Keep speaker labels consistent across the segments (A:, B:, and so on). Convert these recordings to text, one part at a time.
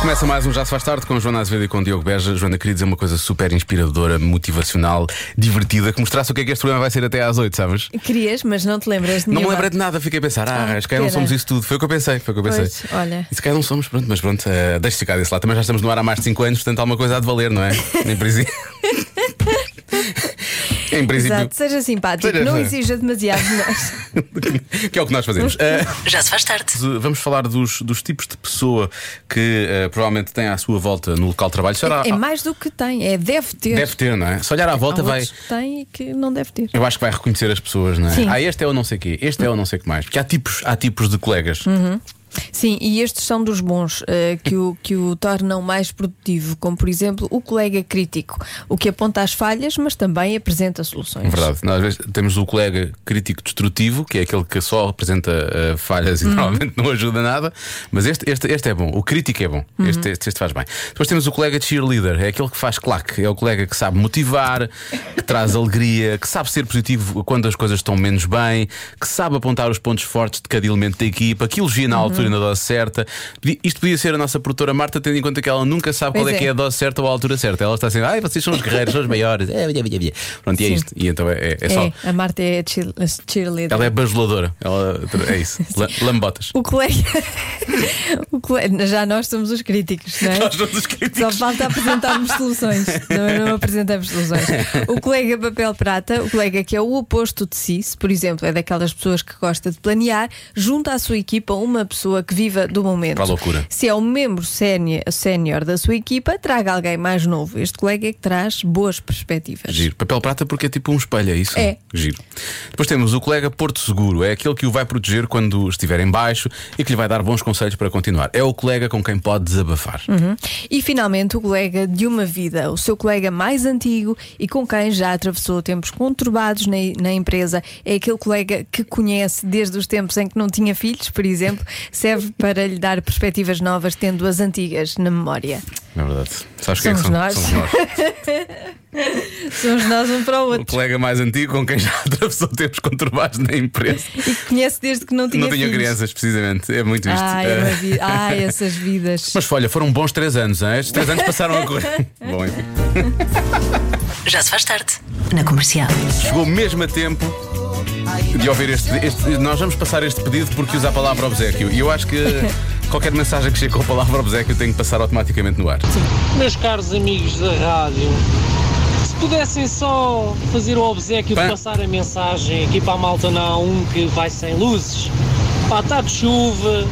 A: Começa mais um Já Se Faz Tarde com Joana Azevedo e com Diogo Beja. Joana, queria dizer uma coisa super inspiradora, motivacional, divertida, que mostrasse o que é que este programa vai ser até às 8, sabes?
B: Querias, mas não te lembras de
A: Não me
B: nenhuma.
A: lembrei de nada, fiquei a pensar, ah,
B: Ah,
A: acho que aí não
B: pena.
A: somos isso tudo. Foi o que eu pensei, foi o que eu pensei.
B: Pois, olha.
A: E se calhar não somos, pronto, mas pronto, eh, deixa ficar desse lado. Também já estamos no ar há mais de 5 anos, portanto alguma coisa há de valer, não é? Em princípio. em princípio.
B: Exato, seja simpático,
A: Seja-
B: não exija demasiado de nós.
A: que é o que nós fazemos. Eh,
C: Já se faz tarde.
A: Vamos falar dos, dos tipos de pessoa que eh, provavelmente tem à sua volta no local de trabalho. Se olhar
B: É
A: à-
B: mais do que tem, é deve ter.
A: Deve ter, não é? Se olhar à
B: Há
A: volta, vai.
B: outros que tem e que não deve ter.
A: Eu acho que vai reconhecer as pessoas, não é?
B: Sim.
A: Ah, este é o não sei quê, este é o não sei o que mais. Porque há tipos, há tipos de colegas.
B: Sim, e estes são dos bons eh, que, o, que o tornam mais produtivo, como por exemplo o colega crítico, o que aponta as falhas, mas também apresenta soluções.
A: Verdade. Nós, às vezes temos o colega crítico destrutivo, que é aquele que só apresenta eh, falhas e
B: Hum.
A: normalmente não ajuda nada. Mas este, este, este é bom. O crítico é bom.
B: Uhum.
A: Este, este, este faz bem. Depois temos o colega de cheerleader, é aquele que faz claque. É o colega que sabe motivar, que traz alegria, que sabe ser positivo quando as coisas estão menos bem, que sabe apontar os pontos fortes de cada elemento da equipa, que elogia
B: Uhum.
A: na altura e na dose certa. Podia- Isto podia ser a nossa produtora Marta, tendo em conta que ela nunca sabe qual
B: Pois
A: é, que
B: é.
A: é a dose certa ou a altura certa. Ela está assim, ai, vocês são os guerreiros, são os maiores. É, é, é, é. Pronto, e é
B: Sim.
A: isto. E então é, é- é
B: É,
A: só.
B: a Marta é cheer- cheerleader.
A: Ela é bajuladora. Ela, é isso. La- Lambotas.
B: O colega... o colega. Já nós somos os críticos, não é?
A: Nós somos os
B: Só
A: críticos.
B: falta apresentarmos soluções. Não, não apresentamos soluções. O colega papel prata, o colega que é o oposto de si, se por exemplo é daquelas pessoas que gosta de planear, junta à sua equipa uma pessoa que viva do momento.
A: Para a loucura.
B: Se é um membro séni- sénior da sua equipa, traga alguém mais novo. Este colega é que traz boas perspectivas.
A: Giro. Papel prata porque é tipo um espelho, é isso?
B: É.
A: Giro. Depois temos o colega Porto Seguro. É aquele que o vai proteger quando estiver em baixo e que lhe vai dar bons conselhos para continuar. É o colega com quem pode desabafar.
B: Uhum. E finalmente o colega de uma vida, o seu colega mais antigo e com quem já atravessou tempos conturbados na, na empresa, é aquele colega que conhece desde os tempos em que não tinha filhos, por exemplo, serve para lhe dar perspectivas novas, tendo as antigas na memória.
A: É verdade. Sabes quem é que
B: Somos
A: são?
B: nós.
A: Somos nós.
B: Somos nós um para o
A: O
B: outro.
A: colega mais antigo com quem já atravessou tempos conturbados na empresa.
B: E que conhece desde que não tinha
A: Não tinha
B: filhos.
A: crianças, precisamente. É muito isto.
B: Ai,
A: Eh,
B: uma vi- Ai, essas vidas.
A: Mas olha, foram bons três anos, hein? Estes três anos passaram a correr. Bom, enfim.
C: Já se faz tarde. Na comercial.
A: Chegou mesmo a tempo de ouvir este, este- Nós vamos passar este pedido porque usa a palavra obsequio. E eu acho que qualquer mensagem que chegue com a palavra obsequio tem que passar automaticamente no ar.
D: Meus caros amigos da rádio, se pudessem só fazer o obsequio
A: Pá.
D: de passar a mensagem aqui para a malta na A1 que vai sem luzes, pá, está de chuva,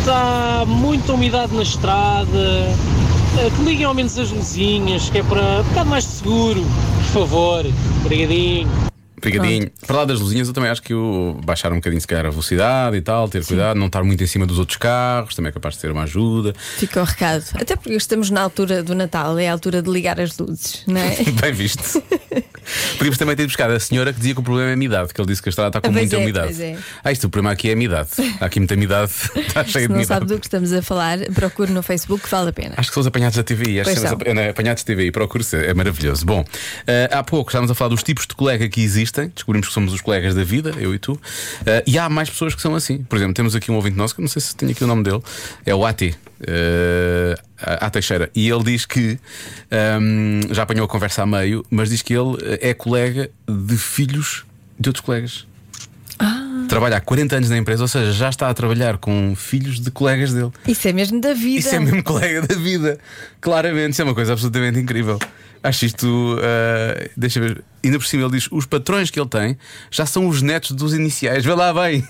D: está muita umidade na estrada, eh, que liguem ao menos as luzinhas, que é para um bocado mais de seguro, por favor, obrigadinho.
A: Obrigadinho. Um Para lá das luzinhas, eu também acho que o baixar um bocadinho, se calhar, a velocidade e tal, ter cuidado, não estar muito em cima dos outros carros, também é capaz de ser uma ajuda.
B: Fica o recado. Até porque estamos na altura do Natal, é a altura de ligar as luzes, não é?
A: Bem visto. Podíamos também ter buscado a senhora que dizia que o problema é a umidade, que ele disse que a estrada está com
B: Pois
A: muita
B: é,
A: umidade.
B: pois é.
A: Ah, isto, o problema aqui é a umidade. Há aqui muita umidade, está cheia de
B: Se não
A: umidade.
B: sabe do que estamos a falar, procure no Facebook, vale a pena.
A: Acho que são os apanhados da TVI. Acho que
B: Pois
A: são os
B: são.
A: ap- não, apanhados da TVI, procure-se, é maravilhoso. Bom, eh, há pouco estávamos a falar dos tipos de colega que existem, descobrimos que somos os colegas da vida, eu e tu, Eh, e há mais pessoas que são assim. Por exemplo, temos aqui um ouvinte nosso, que eu não sei se tenho aqui o nome dele, é o AT. eh, A A Teixeira, e ele diz que ehm, já apanhou a conversa a meio, mas diz que ele eh, é colega de filhos de outros colegas.
B: Ah.
A: Trabalha há 40 anos na empresa, ou seja, já está a trabalhar com filhos de colegas dele.
B: Isso é mesmo da vida.
A: Isso é mesmo colega da vida. Claramente, isso é uma coisa absolutamente incrível. Acho isto. ah, deixa eu ver. Ainda por cima ele diz: os patrões que ele tem já são os netos dos iniciais. Vê lá bem.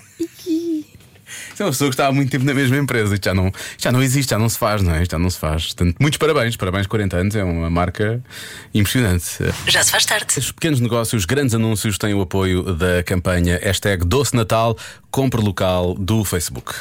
A: Isso é uma pessoa que está há muito tempo na mesma empresa. Isto já não, isto já não existe, já não se faz, não é? Isto já não se faz. Portanto, muitos parabéns, parabéns 40 anos, é uma marca impressionante.
C: Já se faz tarde.
A: Os pequenos negócios, grandes anúncios têm o apoio da campanha hashtag Doce Natal, compre local do Facebook.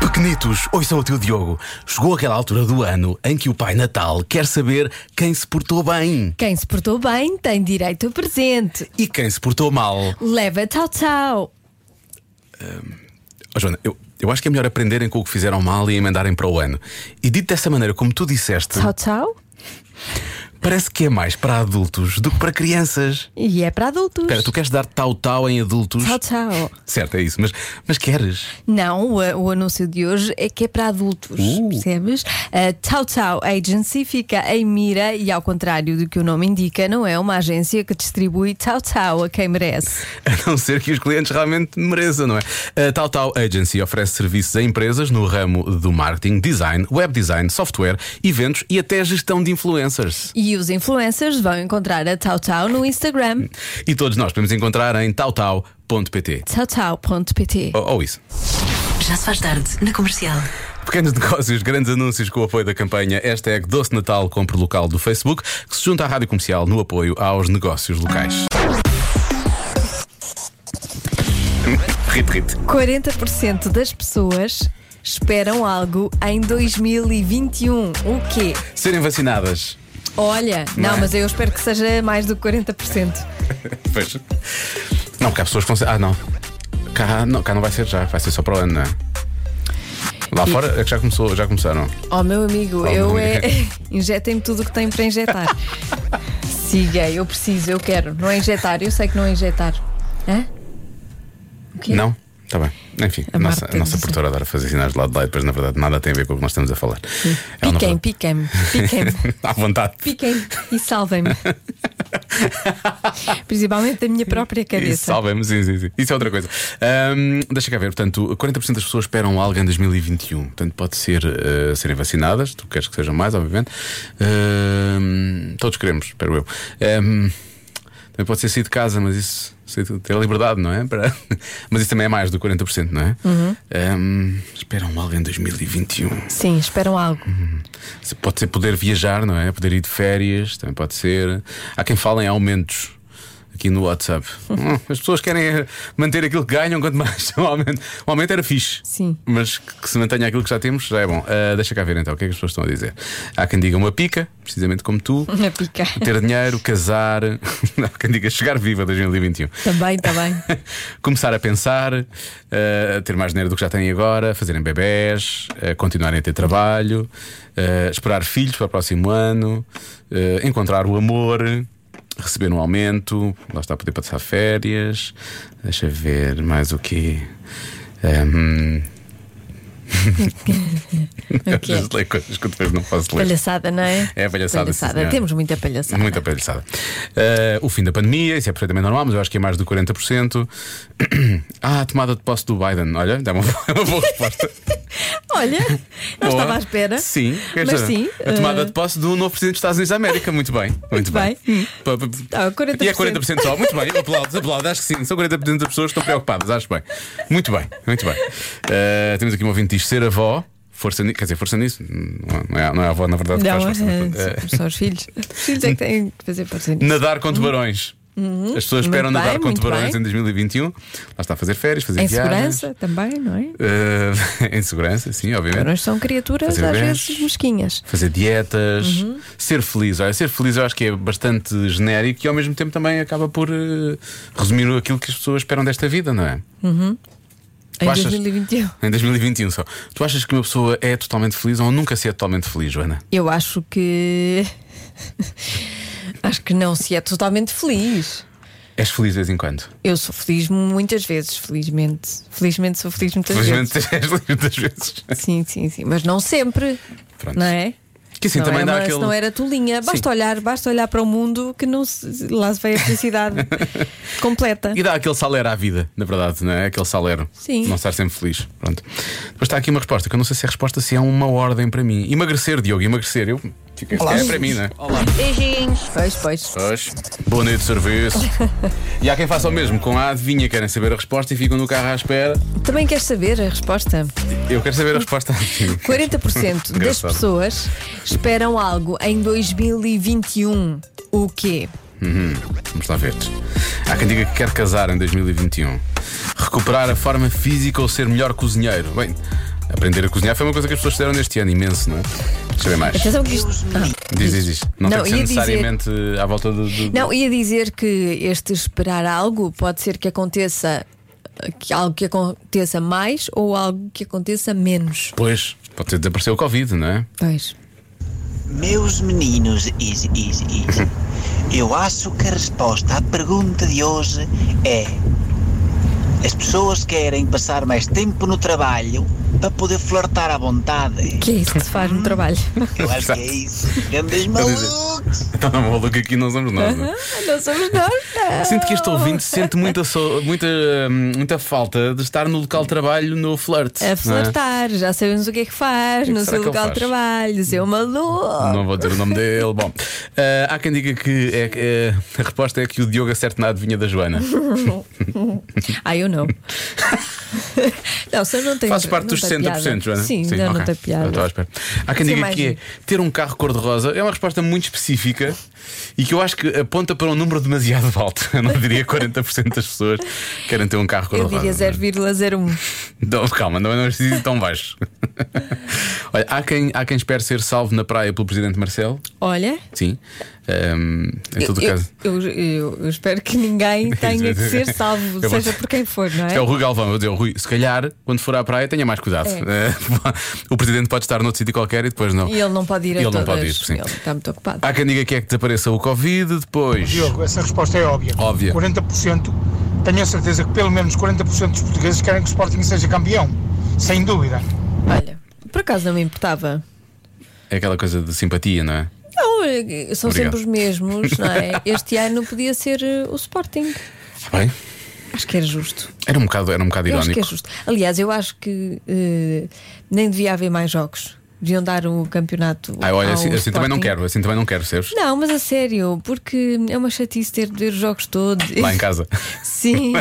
A: Pequenitos, ouçam o tio Diogo. Chegou aquela altura do ano em que o Pai Natal quer saber quem se portou bem
B: Quem se portou bem tem direito a presente.
A: e quem se portou mal.
B: Leva tau-tau.
A: Ó, Joana, eu, eu acho que é melhor aprenderem com o que fizeram mal e emendarem para o ano. E dito dessa maneira, como tu disseste,
B: Tau-tau?
A: parece que é mais para adultos do que para crianças.
B: E é para adultos.
A: Espera, tu queres dar tau-tau em adultos?
B: Tchau, tchau.
A: Certo, é isso, mas, mas queres?
B: Não, o, o anúncio de hoje é que é para adultos,
A: Uh.
B: percebes? A Tau Tau Agency fica em mira e, ao contrário do que o nome indica, não é uma agência que distribui Tau Tau a quem merece.
A: A não ser que os clientes realmente mereçam, não é? A Tal Tal Agency oferece serviços a empresas no ramo do marketing, design, web design, software, eventos e até gestão de influencers.
B: E os influencers vão encontrar a Tau Tau no Instagram,
A: E todos nós podemos encontrar em tautau.pt.
B: tautau.pt.
A: Ou, ou isso.
C: Já se faz tarde na comercial.
A: Pequenos negócios, grandes anúncios com o apoio da campanha hashtag Doce Natal Compre Local do Facebook, que se junta à Rádio Comercial no apoio aos negócios locais. Rit, rit.
B: 40% das pessoas esperam algo em 2021. O quê?
A: Serem vacinadas.
B: Olha, não,
A: Não é?
B: mas eu espero que seja mais do que 40%.
A: Pois. Não, porque há pessoas que vão ser. Ah, não. Cá não, cá não vai ser já, vai ser só para o ano, não é? Lá fora é que já, começou, já começaram.
B: Oh, meu amigo,
A: Oh,
B: eu
A: meu
B: é.
A: amigo.
B: Injetem-me tudo o que tenho para injetar. Siga, eu preciso, eu quero. Não é injetar, eu sei que não é injetar. Hã? O quê?
A: Não? Está bem. Enfim,
B: A
A: a nossa,
B: Marta
A: a nossa
B: diz-
A: portora adora fazer sinais de lado de lá e depois, na verdade, nada tem a ver com o que nós estamos a falar. Ela não
B: Piquem,
A: faz-
B: piquem, piquem,
A: à vontade.
B: piquem e salvem-me. Principalmente da minha própria
A: Isso,
B: cabeça.
A: salvem-me, sim, sim, sim. Isso é outra coisa. Ahm, deixa cá ver, portanto, 40% das pessoas esperam algo em 2021. Portanto, pode ser eh, serem vacinadas, tu queres que sejam mais, obviamente. Ahm, todos queremos, espero eu. Ahm, também pode ser sair de casa, mas isso sair de- ter a liberdade, não é? Para- Mas isso também é mais do 40%, não é? Ahm, esperam algo em 2021.
B: Sim, esperam algo.
A: Se- Pode ser poder viajar, não é? Poder ir de férias, também pode ser. Há quem fala em aumentos aqui no WhatsApp. Hum, As pessoas querem manter aquilo que ganham, quanto mais um aumento. O aumento era fixe.
B: Sim.
A: Mas que que se mantenha aquilo que já temos, já é bom. Ah, deixa cá ver então, o que é que as pessoas estão a dizer? Há quem diga uma pica, precisamente como tu.
B: Na pica.
A: Ter dinheiro, casar, Há quem diga chegar viva 2021.
B: Também, tá também.
A: Começar a pensar, eh, a ter mais dinheiro do que já têm agora, fazerem bebés, eh, continuarem a ter trabalho, eh, esperar filhos para o próximo ano, eh, encontrar o amor, receber um aumento, lá está a poder passar férias. Deixa ver mais o ehm, quê. Ahm,
B: O
A: Às
B: quê?
A: vezes leio coisas que eu depois não posso ler.
B: Palhaçada, não é?
A: É palhaçada, sim, senhora.
B: Temos muita palhaçada.
A: Muita palhaçada. Eh, o fim da pandemia, isso é perfeitamente normal, mas eu acho que é mais do 40%. ah, a tomada de posse do Biden. Olha, dá uma, uma boa resposta.
B: Olha, não
A: Boa.
B: estava à espera.
A: Sim,
B: Mas
A: esta-
B: sim,
A: A tomada
B: eh,
A: de posse do novo presidente dos Estados Unidos da América. Muito bem. Muito,
B: bem.
A: Pa- pa-
B: Ah, 40%.
A: E é 40% só. Muito bem. Aplaudos, aplaudos. Acho que sim. São 40% das pessoas que estão preocupadas. Acho bem. Muito bem. Muito bem. Eh, temos aqui um ouvinte que diz ser avó. Força nisso, quer dizer, força nisso. Não é, não é a avó, na verdade, que faz
B: Não,
A: força. mas, eh,
B: eh, são os filhos. Os filhos é que têm que fazer parte disso.
A: Nadar com tubarões. As pessoas
B: Uhum. Muito
A: esperam
B: bem,
A: nadar com
B: muito
A: tubarões
B: bem.
A: em 2021. Lá está a fazer férias, fazer
B: Em
A: viagens.
B: segurança também, não é?
A: Eh, em segurança, sim, obviamente.
B: Nós são criaturas
A: É. Fazer
B: às
A: bens.
B: vezes mesquinhas.
A: Fazer dietas,
B: Uhum.
A: ser feliz. Olha, ser feliz eu acho que é bastante genérico e ao mesmo tempo também acaba por eh, resumir aquilo que as pessoas esperam desta vida, não é?
B: Uhum. Em
A: achas?
B: 2021.
A: Em 2021 só. Tu achas que uma pessoa é totalmente feliz ou nunca se é totalmente feliz, Joana?
B: Eu acho que. acho que não se é totalmente feliz.
A: És feliz de vez em quando.
B: Eu sou feliz muitas vezes, felizmente. Felizmente sou feliz muitas
A: Felizmente és feliz muitas vezes.
B: vezes. Sim, sim, sim. Mas não sempre,
A: Pronto.
B: não é?
A: Que assim
B: não
A: também
B: é
A: dá
B: uma-
A: aquele.
B: Se não era tolinha, basta olhar, basta olhar para o mundo que não se, lá se vê a felicidade completa.
A: E dá aquele salero à vida, na verdade, não é? Aquele salero.
B: Sim.
A: Não estar sempre feliz. Pronto. Depois está aqui uma resposta, que eu não sei se é resposta, se é uma ordem para mim. Emagrecer, Diogo, emagrecer. Eu fiquei. É para mim, não é?
B: Pois, pois.
A: Pois. Boa noite de serviço. e há quem faça o mesmo, com a adivinha, querem saber a resposta e ficam no carro à espera.
B: Também queres saber a resposta?
A: Eu quero saber a resposta.
B: 40% das
A: Engraçado.
B: pessoas esperam algo em 2021. O quê?
A: Uhum. Vamos lá ver. Há quem diga que quer casar em 2021. Recuperar a forma física ou ser melhor cozinheiro. Bem, aprender a cozinhar foi uma coisa que as pessoas fizeram neste ano, imenso, não é? Deixa eu ver mais.
B: Atenção que isto. Ah.
A: Diz, diz, diz. Não,
B: Não,
A: tem que ser
B: ia dizer-
A: necessariamente à volta do. do-
B: Não, ia dizer que este esperar algo pode ser que aconteça que algo que aconteça mais ou algo que aconteça menos.
A: Pois, pode ter desaparecido o Covid, não é?
B: Pois.
E: Meus meninos, easy, easy, easy. Eu acho que a resposta à pergunta de hoje é: as pessoas querem passar mais tempo no trabalho para poder flertar à vontade.
B: Que é isso que se faz no trabalho?
E: Eu acho que é isso. Grandes
A: Estou a dizer.
E: malucos!
A: Está na maluca aqui, não somos nós. não é?
B: não somos nós, não.
A: Sinto que este ouvinte sente muita, so- muita, hum, muita falta de estar no local de trabalho no flirt. não é?
B: A flertar, já sabemos o que é que faz
A: que
B: no
A: será
B: seu
A: que ele
B: local de
A: faz?
B: trabalho, seu maluco.
A: Não vou dizer o nome dele. Bom, eh, há quem diga que é, que, eh, a resposta é que o Diogo acerta na adivinha da Joana.
B: Ah, eu não. não, só não tem
A: Fazes parte
B: não
A: dos
B: tem
A: 60%,
B: piada.
A: Joana?
B: Sim, não,
A: ok. Então,
B: não tem
A: Eu estava à
B: piada.
A: espera. Há quem
B: Sim,
A: diga
B: mais
A: que é
B: giro.
A: ter um carro cor-de-rosa. É uma resposta muito específica e que eu acho que aponta para um número demasiado alto. Eu não diria 40% das pessoas querem ter um carro
B: Eu
A: cor-de-rosa.
B: diria 0,01.
A: Não, calma, não, não é preciso ir tão baixo. Olha, há quem, há quem espera ser salvo na praia pelo Presidente Marcelo.
B: Olha,
A: Sim. Ehm, em todo o
B: eu,
A: caso.
B: eu- eu- eu espero que ninguém tenha que ser salvo,
A: Eu vou-
B: seja por quem for, não
A: Isto é o
B: é?
A: Rui Galvão, eu vou dizer, Rui, se calhar, quando for à praia, tenha mais cuidado.
B: É.
A: Eh, o presidente pode estar noutro sítio qualquer e depois não.
B: E ele não pode ir a
A: Ele não
B: todas.
A: pode ir, sim.
B: Ele está muito ocupado.
A: Há quem diga que é que desapareça o Covid, depois.
F: Diogo, essa resposta é óbvia.
A: Óbvia.
F: 40%, tenho a certeza que pelo menos 40% dos portugueses querem que o Sporting seja campeão. Sem dúvida.
B: Olha, por acaso não me importava.
A: É aquela coisa de simpatia, não é?
B: Não, eh, são
A: Obrigado.
B: sempre os mesmos, não é? Este ano podia ser eh, o Sporting.
A: Bem,
B: Acho que era justo.
A: era um bocado, era um bocado
B: Eu acho que
A: irónico.
B: é justo. Aliás, eu acho que eh, nem devia haver mais jogos. Deviam dar o campeonato.
A: Ai, olha,
B: ao
A: assim, assim também não
B: Sporting.
A: quero, assim também não quero, percebes?
B: Não, mas a sério, porque é uma chatice ter de ver os jogos todos.
A: Lá em casa.
B: Sim.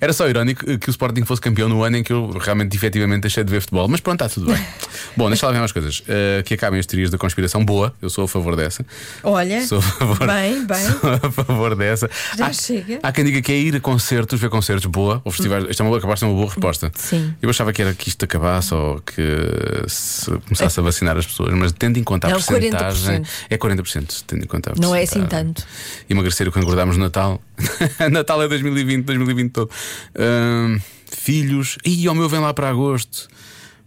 A: Era só irónico eh, que o Sporting fosse campeão no ano em que eu realmente, efetivamente, deixei de ver futebol. Mas pronto, está tudo bem. Bom, deixa lá ver umas coisas. Eh, que acabem as teorias da conspiração. Boa, eu sou a favor dessa.
B: Olha.
A: Sou a favor,
B: É? Bem, bem.
A: Sou a favor dessa.
B: Já
A: há,
B: chega. Hum.
A: Há quem diga que é ir a concertos, ver concertos, boa, ou festivais. Esta é uma boa, acabaste de ter uma boa resposta.
B: Sim.
A: Eu achava que era que isto acabasse ou que se começasse a vacinar as pessoas, mas tendo em conta a
B: É. Não,
A: porcentagem.
B: 40%.
A: É 40%, tendo em conta a
B: Não é assim
A: percentagem.
B: tanto.
A: Emagrecer o que engordámos no Natal. Natal é 2020, 2020 todo. Ahm, filhos. Ih, ao meu vem lá para agosto.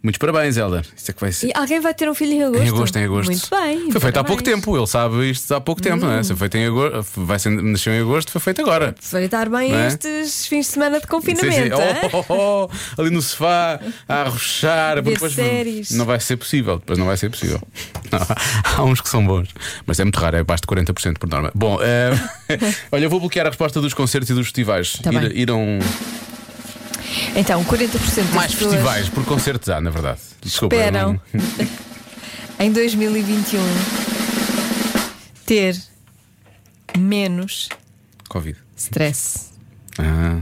A: Muitos parabéns, Helder. Isto é que vai ser.
B: E alguém vai ter um filho em agosto?
A: Em agosto, em agosto.
B: Muito bem. Hum.
A: Foi feito há
B: parabéns.
A: pouco tempo, ele sabe isto há pouco tempo, não é? Foi feito em agosto, vai ser, nasceu em agosto, foi feito agora.
B: Aproveitar bem
A: Não é?
B: estes fins de semana de
A: Sim, sim.
B: confinamento. é? hã?
A: Oh, oh, oh, ali no sofá, a arrochar,
B: Ver
A: depois
B: séries.
A: não vai ser possível, depois não vai ser possível. Há uns que são bons, mas é muito raro, é abaixo de 40% por norma. Bom, eh, olha, eu vou bloquear a resposta dos concertos e dos festivais.
B: Tá
A: ir,
B: bem.
A: ir a um-
B: Então, 40% das
A: oh. mais
B: pessoas
A: festivais, por concertos há, na verdade. Desculpa. eu
B: esperam
A: não-
B: em 2021 ter menos
A: Covid.
B: stress.
A: Ah,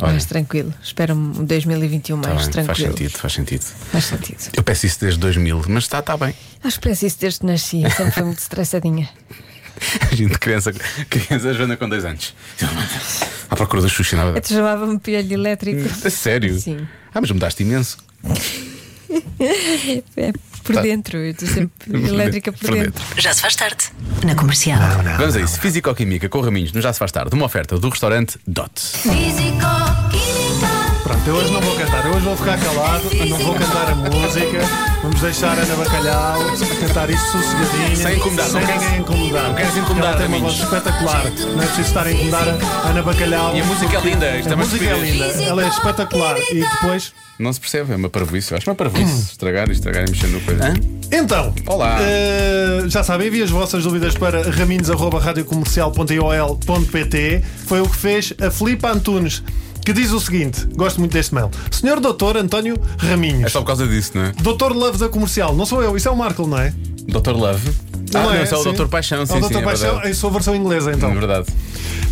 A: olha,
B: Mais tranquilo. Espero um 2021
A: tá
B: mais
A: bem, faz
B: tranquilo.
A: sentido, faz sentido.
B: Faz sentido.
A: Eu peço isso desde 2000, mas está, está bem.
B: Acho que preciso ter-te nasci. Sempre foi muito estressadinha.
A: A gente criança, criança Joana com dois anos. À procura da Xuxa, nada.
B: Eu te chamava-me pilho elétrico.
A: A sério?
B: É Sim.
A: Ah, mas mudaste imenso.
B: É por
A: Tá.
B: dentro. Eu estou sempre elétrica por,
A: Por dentro.
B: dentro.
C: Já se faz tarde. Na comercial.
A: Vamos a isso. Físico-química com Raminhos, no Já Se Faz Tarde. Uma oferta do restaurante Dot.
G: Pronto, eu hoje não vou cantar, eu hoje vou ficar calado, não vou cantar a música, vamos deixar a Ana Bacalhau cantar isso sossegadinha.
A: Sem incomodar, não
G: sem
A: queres-
G: ninguém incomodar.
A: não queres incomodar,
G: Ela tem uma
A: amigos.
G: voz espetacular, não é preciso estar a incomodar a Ana Bacalhau.
A: E a música é linda, isto é
G: a
A: uma
G: música é
A: estupidez.
G: linda, ela é espetacular. E depois.
A: Não se percebe, é uma parvoíce. Eu acho uma
G: Hum.
A: parvoíce. Estragar e estragar e mexer no coisa.
G: Então,
A: Olá.
G: eh, já sabem, envie as vossas dúvidas para raminhos.radiocomercial.iol.pt. Foi o que fez a Filipe Antunes, que diz o seguinte: gosto muito deste mail. Senhor Doutor António
A: É
G: Raminhos.
A: só por causa disso, não é?
G: Doutor Love da comercial, não sou eu, isso é o Marco, não é?
A: Dr. Love. Ah, não, esse é o
G: Sim.
A: Dr. Paixão, sim,
G: é o
A: sim,
G: Dr.
A: é
G: Paixão,
A: verdade.
G: em sua versão inglesa, então.
A: É verdade.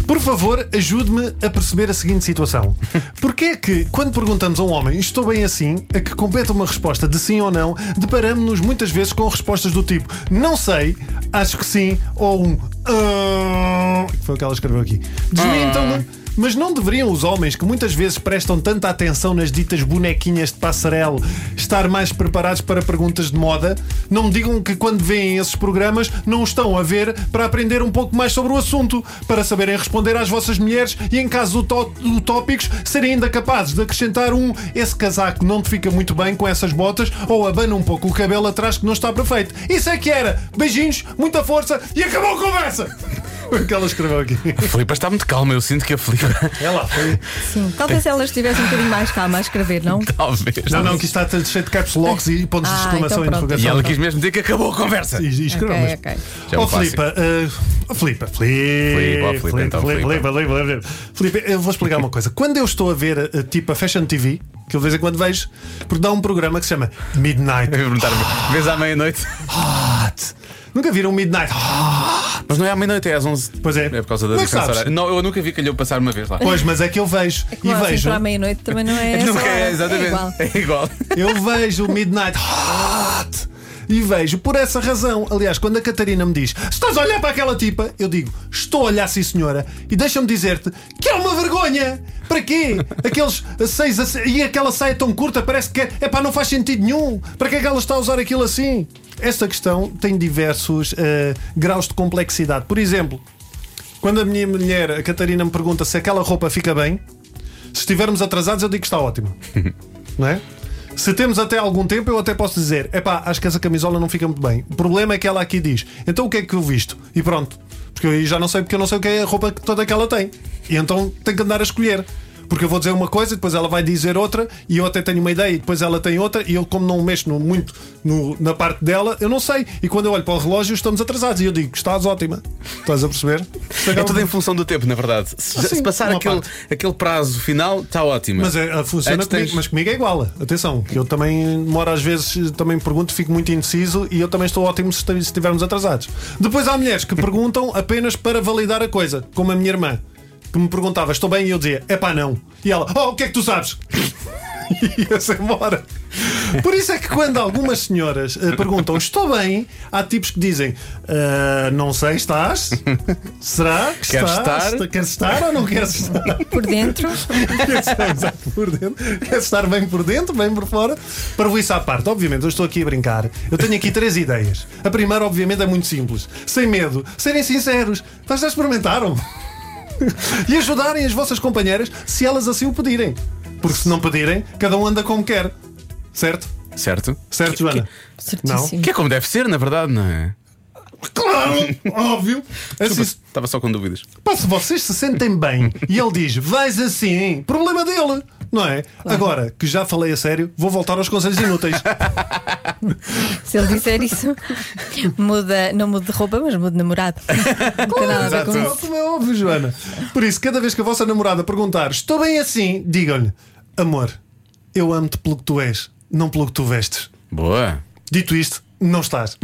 G: Por favor, ajude-me a perceber a seguinte situação. Porquê é que, quando perguntamos a um homem estou bem assim, a que completa uma resposta de sim ou não, deparamos-nos muitas vezes com respostas do tipo não sei, acho que sim, ou um "Ah", Foi o que ela escreveu aqui.
A: Ah.
G: Desmentam-me. Mas não deveriam os homens, que muitas vezes prestam tanta atenção nas ditas bonequinhas de passarelo, estar mais preparados para perguntas de moda? Não me digam que quando veem esses programas não estão a ver para aprender um pouco mais sobre o assunto, para saberem responder às vossas mulheres e, em caso utó- utópicos, serem ainda capazes de acrescentar um esse casaco não te fica muito bem com essas botas ou abana um pouco o cabelo atrás que não está perfeito. Isso é que era. Beijinhos, muita força e acabou a conversa! Foi o que ela escreveu aqui.
A: Filipa está muito calma, eu sinto que a Filipa.
G: Ela foi.
B: Sim. Talvez elas tivessem um bocadinho mais calma a escrever, não?
A: Talvez.
G: Não, não, que isto está cheio de caps locks e pontos de
B: Ah,
G: exclamação
B: então
G: e
B: pronto. então
A: E
G: interrogação.
A: ela quis mesmo dizer que acabou a conversa.
G: E, e escreveu,
B: Ok,
G: mas-
B: ok.
A: Já é um
G: Oh, Filipa, uh, Filipa,
A: Filipa,
G: Filipa,
A: Filipa, então, Filipa.
G: Filipa, Filipa, Filipa. Filipa, eu vou explicar uma coisa. Quando eu estou a ver, uh, tipo, a Fashion TV, que eu de vez em quando vejo, porque dá um programa que se chama Midnight
A: Eu ia perguntar vês à meia-noite?
G: Hot. Nunca viram Midnight Hot?
A: Mas não é à meia-noite, é às 11.
G: Pois é.
A: É por causa da
G: Como é que
A: diferença
G: sabes?
A: horária. Não, eu nunca vi calhou passar uma vez lá.
G: Pois, mas é que eu vevejo e
B: Claro, assim,
G: vejo,
B: para a meia-noite também não é. essa
A: Nunca
B: hora.
A: é, exatamente.
B: igual.
A: É igual.
G: eu vejo o Midnight Hot e vejo por essa razão. Aliás, quando a Catarina me diz estás a olhar para aquela tipa, eu digo estou a olhar, sim senhora, e deixa-me dizer-te que é uma vergonha. Para quê? Aqueles seis a- e aquela saia tão curta parece que é pá, não faz sentido nenhum. Para que é que ela está a usar aquilo assim? Esta questão tem diversos eh, graus de complexidade. Por exemplo, Quando a minha mulher, a Catarina, me pergunta se aquela roupa fica bem, se estivermos atrasados, eu digo que está ótimo. não é? Se temos até algum tempo, eu até posso dizer: epá, acho que essa camisola não fica muito bem. O problema é que ela aqui diz: então o que é que eu visto? E pronto. Porque eu aí já não sei, porque eu não sei o que é a roupa que- toda que ela tem. E então tenho que andar a escolher. Porque eu vou dizer uma coisa, depois ela vai dizer outra, e eu até tenho uma ideia, e depois ela tem outra, e eu, como não mexo no- muito no- na parte dela, eu não sei. E quando eu olho para o relógio, estamos atrasados. E eu digo: estás ótima. Estás a perceber?
A: É tudo em função do tempo, na verdade. Se,
G: Então Ah,
A: se
G: sim,
A: passar
G: uma
A: aquele,
G: parte.
A: aquele prazo final, tá está ótimo.
G: Mas é, funciona
A: Antes
G: comigo,
A: tens-
G: mas comigo é igual. Atenção, que eu também demoro às vezes, também pergunto, fico muito indeciso e eu também estou ótimo se esta- se estivermos atrasados. Depois há mulheres que perguntam apenas para validar a coisa, como a minha irmã, que me perguntava, estou bem? E eu dizia, é pá, não. E ela, oh, o que é que tu sabes? e ia-se embora. Por isso é que quando algumas senhoras eh, perguntam estou bem, há tipos que dizem "Ah, não sei, estás? Será que
A: Queres
G: estás?
A: estar?
G: Queres estar ou não queres estar?
B: Por dentro,
G: Exato, por dentro. Quer estar bem por dentro, bem por fora. Para isso à parte, obviamente, eu estou aqui a brincar. Eu tenho aqui três ideias. A primeira, obviamente, é muito simples. Sem medo, serem sinceros. Vocês já experimentaram? e ajudarem as vossas companheiras se elas assim o pedirem. Porque se não pedirem, cada um anda como quer. Certo?
A: Certo?
G: Certo, Joana?
B: certíssimo.
A: Que é como deve ser, na verdade, não é?
G: Claro! óbvio! Assim, se-
A: Estava só com dúvidas.
G: Pá, se vocês se sentem bem e ele diz vais assim, problema dele, não é? Agora que já falei a sério, vou voltar aos conselhos inúteis.
B: Se ele disser isso, muda, não muda de roupa, mas muda de namorado. Não tem nada a ver com
G: Como
B: isso.
G: como é óbvio, Joana. Por isso, cada vez que a vossa namorada perguntar estou bem assim, digam-lhe amor, eu amo-te pelo que tu és, não pelo que tu vestes.
A: Boa.
G: Dito isto, não estás.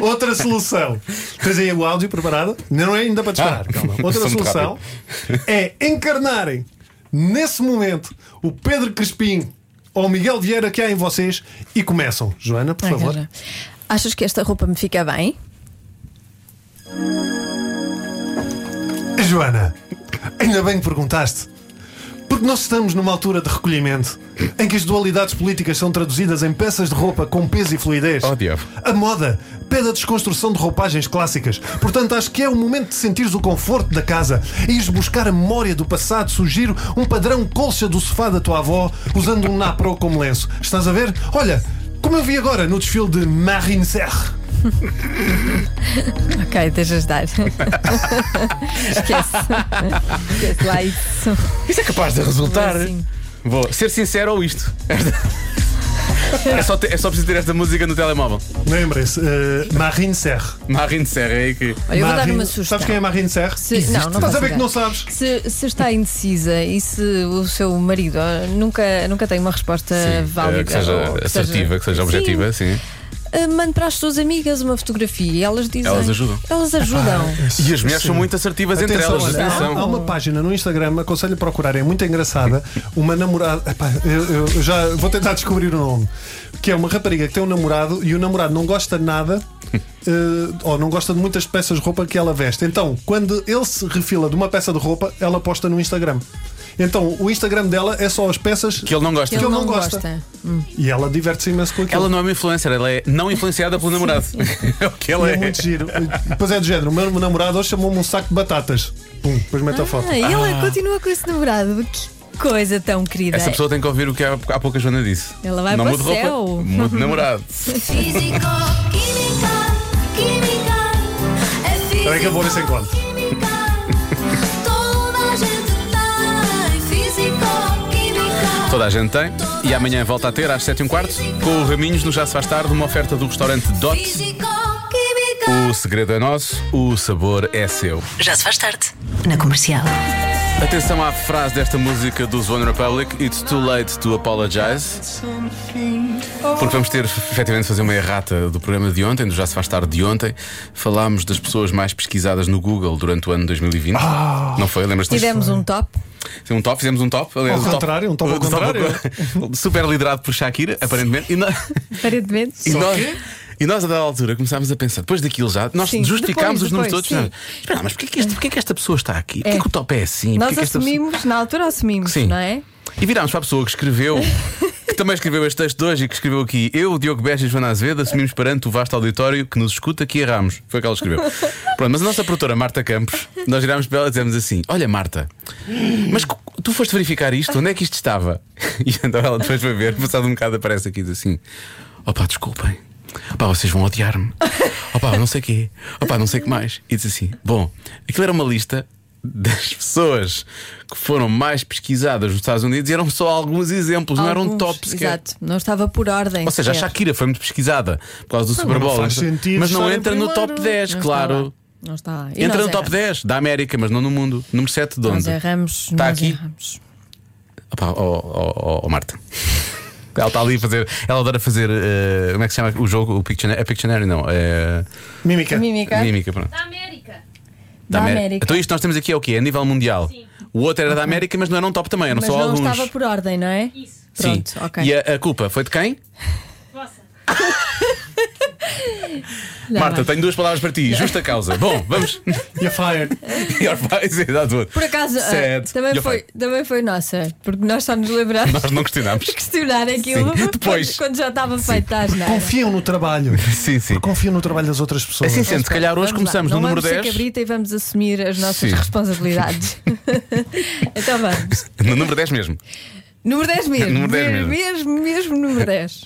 G: Outra solução. Tens aí o áudio preparado? Não é ainda para disparar,
A: Ah,
G: calma. Outra
A: sou muito
G: solução é encarnarem nesse momento o Pedro Crespim ou o Miguel Vieira que há em vocês e começam. Joana, por
B: Ai,
G: favor.
B: cara. Achas que esta roupa me fica bem?
G: Joana, ainda bem que perguntaste. Porque nós estamos numa altura de recolhimento em que as dualidades políticas são traduzidas em peças de roupa com peso e fluidez.
A: Oh, diabo.
G: A moda pede a desconstrução de roupagens clássicas. Portanto, acho que é o momento de sentires o conforto da casa e ires buscar a memória do passado. Sugiro um padrão colcha do sofá da tua avó usando um napro como lenço. Estás a ver? Olha, como eu vi agora no desfile de Marine Serre.
B: Ok, deixa estar. Esquece. Esquece lá isso.
A: Isso é capaz de resultar.
B: Assim.
A: Vou ser sincero ou isto? É só, ter- é só preciso ter esta música no telemóvel.
G: Lembrem-se, eh, Marine Serre.
A: Marine Serra é aí que.
B: Olha, eu vou dar uma
G: Marine-
B: sugestão.
G: Sabes quem é Marine Serre?
B: Se- Existe. não, não
G: Estás a
B: faço
G: ver que
B: ideia.
G: não sabes?
B: Se, se está indecisa e se o seu marido ah, nunca, nunca tem uma resposta
A: Sim, eh,
B: válida
A: que seja
B: ou
A: assertiva, que seja
B: Sim,
A: objetiva, sim.
B: ah, mando para as suas amigas uma fotografia e elas dizem.
A: Elas ajudam.
B: Elas ajudam.
G: Ah,
A: E as mulheres são muito assertivas entre elas,
G: olha, há-
A: atenção.
G: Há uma página no Instagram, aconselho a procurar, é muito engraçada. Uma namorada. epá, eu, eu- eu já vou tentar descobrir o nome. Que é uma rapariga que tem um namorado e o namorado não gosta de nada. eh, ou não gosta de muitas peças de roupa que ela veste. Então, quando ele se refila de uma peça de roupa, ela posta no Instagram. Então, o Instagram dela é só as peças
A: Que ele não gosta.
B: Que ele
G: ele
B: não
G: não
B: gosta.
G: e ela diverte-se imenso com aquilo.
A: Ela não é uma influencer, ela é não influenciada pelo namorado. é o que ela
G: E
A: é.
G: é muito giro. Depois é do género. O meu namorado hoje chamou-me um saco de batatas. Pum, depois mete a foto.
B: Ah, e ela continua com esse namorado. Que coisa tão querida.
A: Essa pessoa tem que ouvir o que há, há pouco a Joana disse.
B: Ela vai
A: não
B: para
A: mude
B: o céu.
A: roupa, mude namorado.
H: Físico, química, química, é físico.
G: Espera aí que eu vou ver se encontro.
H: química. Toda a gente tem físico, química.
A: Toda a gente tem. E amanhã volta a ter às 7 e um quarto com o Raminhos no Já Se Faz Tarde, uma oferta do restaurante Dots.
H: Físico, química.
A: O segredo é nosso, o sabor é seu.
C: Já se faz tarde. Na comercial.
A: Atenção à frase desta música dos One Republic: It's too late to apologize. Porque vamos ter efetivamente de fazer uma errata do programa de ontem, do Já Se Faz Tarde de ontem. Falámos das pessoas mais pesquisadas no Google durante o ano 2020.
G: Ah!
A: Não foi? Lembras-te disso?
B: Tivemos um top.
A: Fizemos um top, fizemos um top. Aliás,
G: Ao
A: o top-
G: contrário, um top ao
A: o Super liderado por Shakira, aparentemente. E nós,
B: Aparentemente.
A: e, nós, e nós, a dada altura, começámos a pensar, depois daquilo já, nós
B: Sim,
A: justificámos
B: depois,
A: os números todos.
B: depois,
A: pensámos, Espera, lá, mas porquê que, este, porquê que esta pessoa está aqui? Porquê
B: É.
A: que o top é assim?
B: Nós
A: Porquê que esta pessoa-
B: assumimos, na altura assumimos,
A: Sim.
B: não é?
A: E virámos para a pessoa que escreveu, que também escreveu este texto de hoje e que escreveu aqui: Eu, Diogo Beja e Joana Azevedo, assumimos perante o vasto auditório que nos escuta que erramos. Foi o que ela escreveu. Pronto, mas a nossa produtora Marta Campos, nós virámos para ela e dizemos assim: Olha, Marta, mas co- tu foste verificar isto? Onde é que isto estava? E então ela depois foi ver, passado um bocado aparece aqui e diz assim: Opa, desculpem. Opa, vocês vão odiar-me. Opa, não sei o quê. Opa, não sei o que mais. E diz assim: Bom, aquilo era uma lista das pessoas que foram mais pesquisadas nos Estados Unidos e eram só alguns exemplos, não eram
B: Alguns,
A: top sequer.
B: Exato, não estava por ordem.
A: Ou seja, a
B: sequer.
A: Shakira foi muito pesquisada por causa do Super Bowl.
G: faz sentido
A: mas não
G: estar em
A: entra no
G: primeiro.
A: top 10,
B: Não
A: claro.
B: está lá. Não está lá. E
A: Entra
B: nós
A: no top
B: erramos.
A: 10 da América, mas não no mundo. Número 7 de
B: Nós
A: onde?
B: erramos.
A: Está
B: nós
A: Tá aqui?
B: erramos.
A: Opa, ó, ó, ó, ó, Marta. Ela está ali a fazer. Ela adora fazer. eh, como é que se chama o jogo? O Pictionary? É Pictionary, não. É.
G: Mímica.
B: Mímica.
A: Mímica, pronto.
H: Da América.
B: Da
A: Amé-
B: América.
A: Então isto nós temos aqui é o quê? É a nível mundial. O outro era da América, mas não era um top também, eram
B: Mas
A: só
B: não
A: alguns.
B: estava por ordem, não é? Isso. Pronto,
A: Sim.
B: ok.
A: E a, a culpa foi de quem?
B: Já
A: Marta,
B: vai.
A: tenho duas palavras para ti. Justa causa. Bom, vamos.
G: You're fired.
A: Your pais e dá tudo.
B: Por acaso, ah,
A: Sete.
B: também,
A: Your
B: foi,
A: fine.
B: também foi nossa, porque nós só nos lembramos
A: Nós não questionámos.
B: de questionar aquilo
A: Sim, depois.
B: quando- quando já estava feito tá, é? às
G: Confiam no trabalho.
A: Sim, sim.
G: Confiam no trabalho das outras pessoas.
A: Assim sendo, se calhar hoje começamos
B: lá,
A: no
B: não
A: número
B: vamos
A: 10.
B: Ser cabrita e vamos assumir as
A: Sim.
B: nossas responsabilidades. então vamos.
A: No número 10 mesmo.
B: Número 10 mesmo.
A: Número 10
B: mesmo. mesmo, mesmo número 10.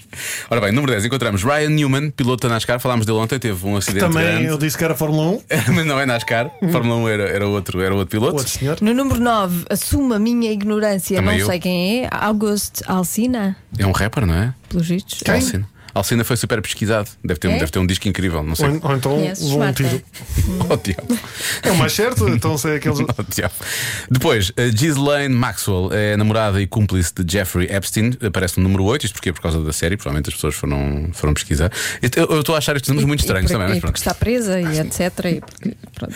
A: Ora bem, número 10 encontramos Ryan Newman, piloto da NASCAR. Falámos dele ontem, teve um acidente
G: Também eu
A: grande.
G: disse que era Fórmula 1.
A: Mas não é NASCAR. Fórmula 1 era, era outro, era outro piloto.
G: Outro senhor.
B: No número 9, assumo a minha ignorância,
A: Também
B: não
A: eu.
B: sei quem é, August Alsina,
A: É um rapper, não é?
B: pelos vistos.
A: Alcina. Alcina foi super pesquisado. Deve ter, um,
B: É?
A: deve ter um disco incrível, não sei.
G: Ou, ou então
B: Conheces,
G: levou um
B: Marta?
G: tiro.
A: Oh, diabo.
G: É o mais certo, então sei aqueles.
A: Oh, diabo. Depois, a Ghislaine Maxwell é namorada e cúmplice de Jeffrey Epstein, aparece no número 8, isto porque é por causa da série, provavelmente as pessoas foram, foram pesquisar. Eu- Eu eu estou a achar estes números muito estranhos
B: e, por-
A: também, mas
B: e porque
A: pronto. Ah,
B: está presa e etc. e porque- pronto.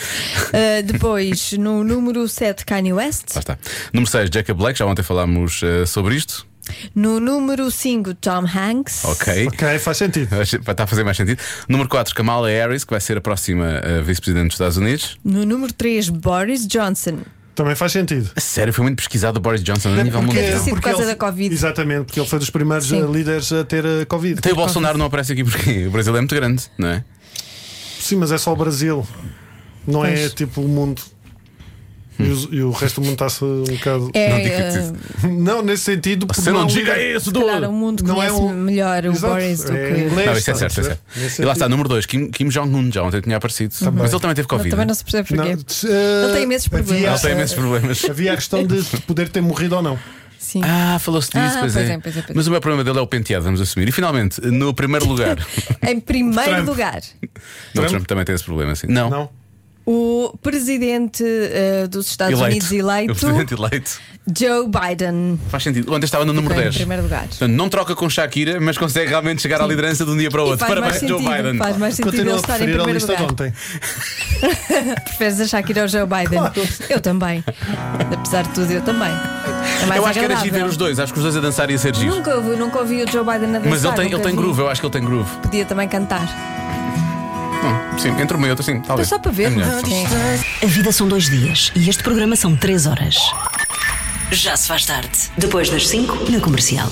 B: Ah, depois, no número 7, Kanye West.
A: Lá está. Número 6, Jacob Black, já ontem falámos eh, sobre isto.
B: No número 5, Tom Hanks.
A: Ok.
G: Ok, faz sentido.
A: Acho- Está a fazer mais sentido. Número 4, Kamala Harris, que vai ser a próxima eh, vice-presidente dos Estados Unidos.
B: No número 3, Boris Johnson.
G: Também faz sentido.
A: A sério, foi muito pesquisado o Boris Johnson a nível
B: deve
A: mundial.
G: assim,
B: ser por causa
G: ele-
B: da Covid.
G: Exatamente, porque ele foi dos primeiros
B: Sim.
G: eh, líderes a ter a Covid.
A: Até o Bolsonaro não aparece aqui porque o Brasil é muito grande, não é?
G: Sim, mas é só o Brasil. Não é
B: Pois.
G: tipo o mundo. E, os- e o resto do mundo está-se um bocado.
B: É,
A: Não diga
B: ah,
A: isso.
G: Não, nesse sentido, porque
A: Você não
G: há um
A: diga
G: líder-
A: isso,
B: Claro, o
A: Dudu!
B: mundo
G: Não é
B: conhece
G: um-
B: melhor o
G: Exato,
B: Boris do
G: é
B: que.
G: inglês.
A: Não, isso é
G: Estás a
A: certo, isso é
G: perceber?
A: certo.
G: Nesse
A: E lá está,
G: sentido.
A: número 2, Kim, Kim Jong-un, já ontem tinha aparecido. Mas ele também teve Covid.
B: Também não se percebe
G: Não,
B: porquê.
G: t- eh,
B: Ele tem imensos
G: havia-
B: problemas.
A: Ela tem imensos problemas.
G: Havia a questão de poder ter morrido ou não.
B: Sim.
A: Ah, falou-se disso,
B: Ah,
A: pois,
B: pois
A: é.
B: é, pois é, pois é.
A: Mas o meu problema dele é o penteado, vamos assumir. E finalmente, no primeiro lugar.
B: Em primeiro
G: Trump.
B: lugar,
A: não, o Trump também tem esse problema, assim. Não.
G: Não?
B: o o presidente eh, dos Estados Unidos
A: O
B: eleito,
A: presidente eleito.
B: Joe Biden.
A: Faz sentido. Ontem estava no número
B: Ficou em
A: 10.
B: primeiro lugar.
A: Portanto, não troca com Shakira, mas consegue realmente chegar à liderança de um dia para o
B: E
A: outro.
B: faz mais
A: Parabéns,
B: sentido,
A: Joe Biden.
B: faz mais sentido ele
G: Continuo a
B: estar em
G: preferir a
B: primeiro
G: lista de
B: lugar.
G: ontem.
B: Preferes a Shakira ao Joe Biden? Eu também. Apesar de tudo, eu também. É mais
A: Eu acho que era giro
B: agradável.
A: ver os dois, acho que os dois a dançar ia ser giro.
B: Nunca ouvi, nunca ouvi o Joe Biden a dançar.
A: Mas ele tem,
B: nunca
A: ele tem
B: vi.
A: groove, eu acho que ele tem groove.
B: Podia também cantar.
A: Hum, sim, entre uma e outra, sim,
B: Mas
A: talvez.
B: só para
A: É
B: ver.
A: melhor.
B: Sim.
C: A vida são dois dias e este programa são três horas. Já se faz tarde. Depois das cinco, na comercial.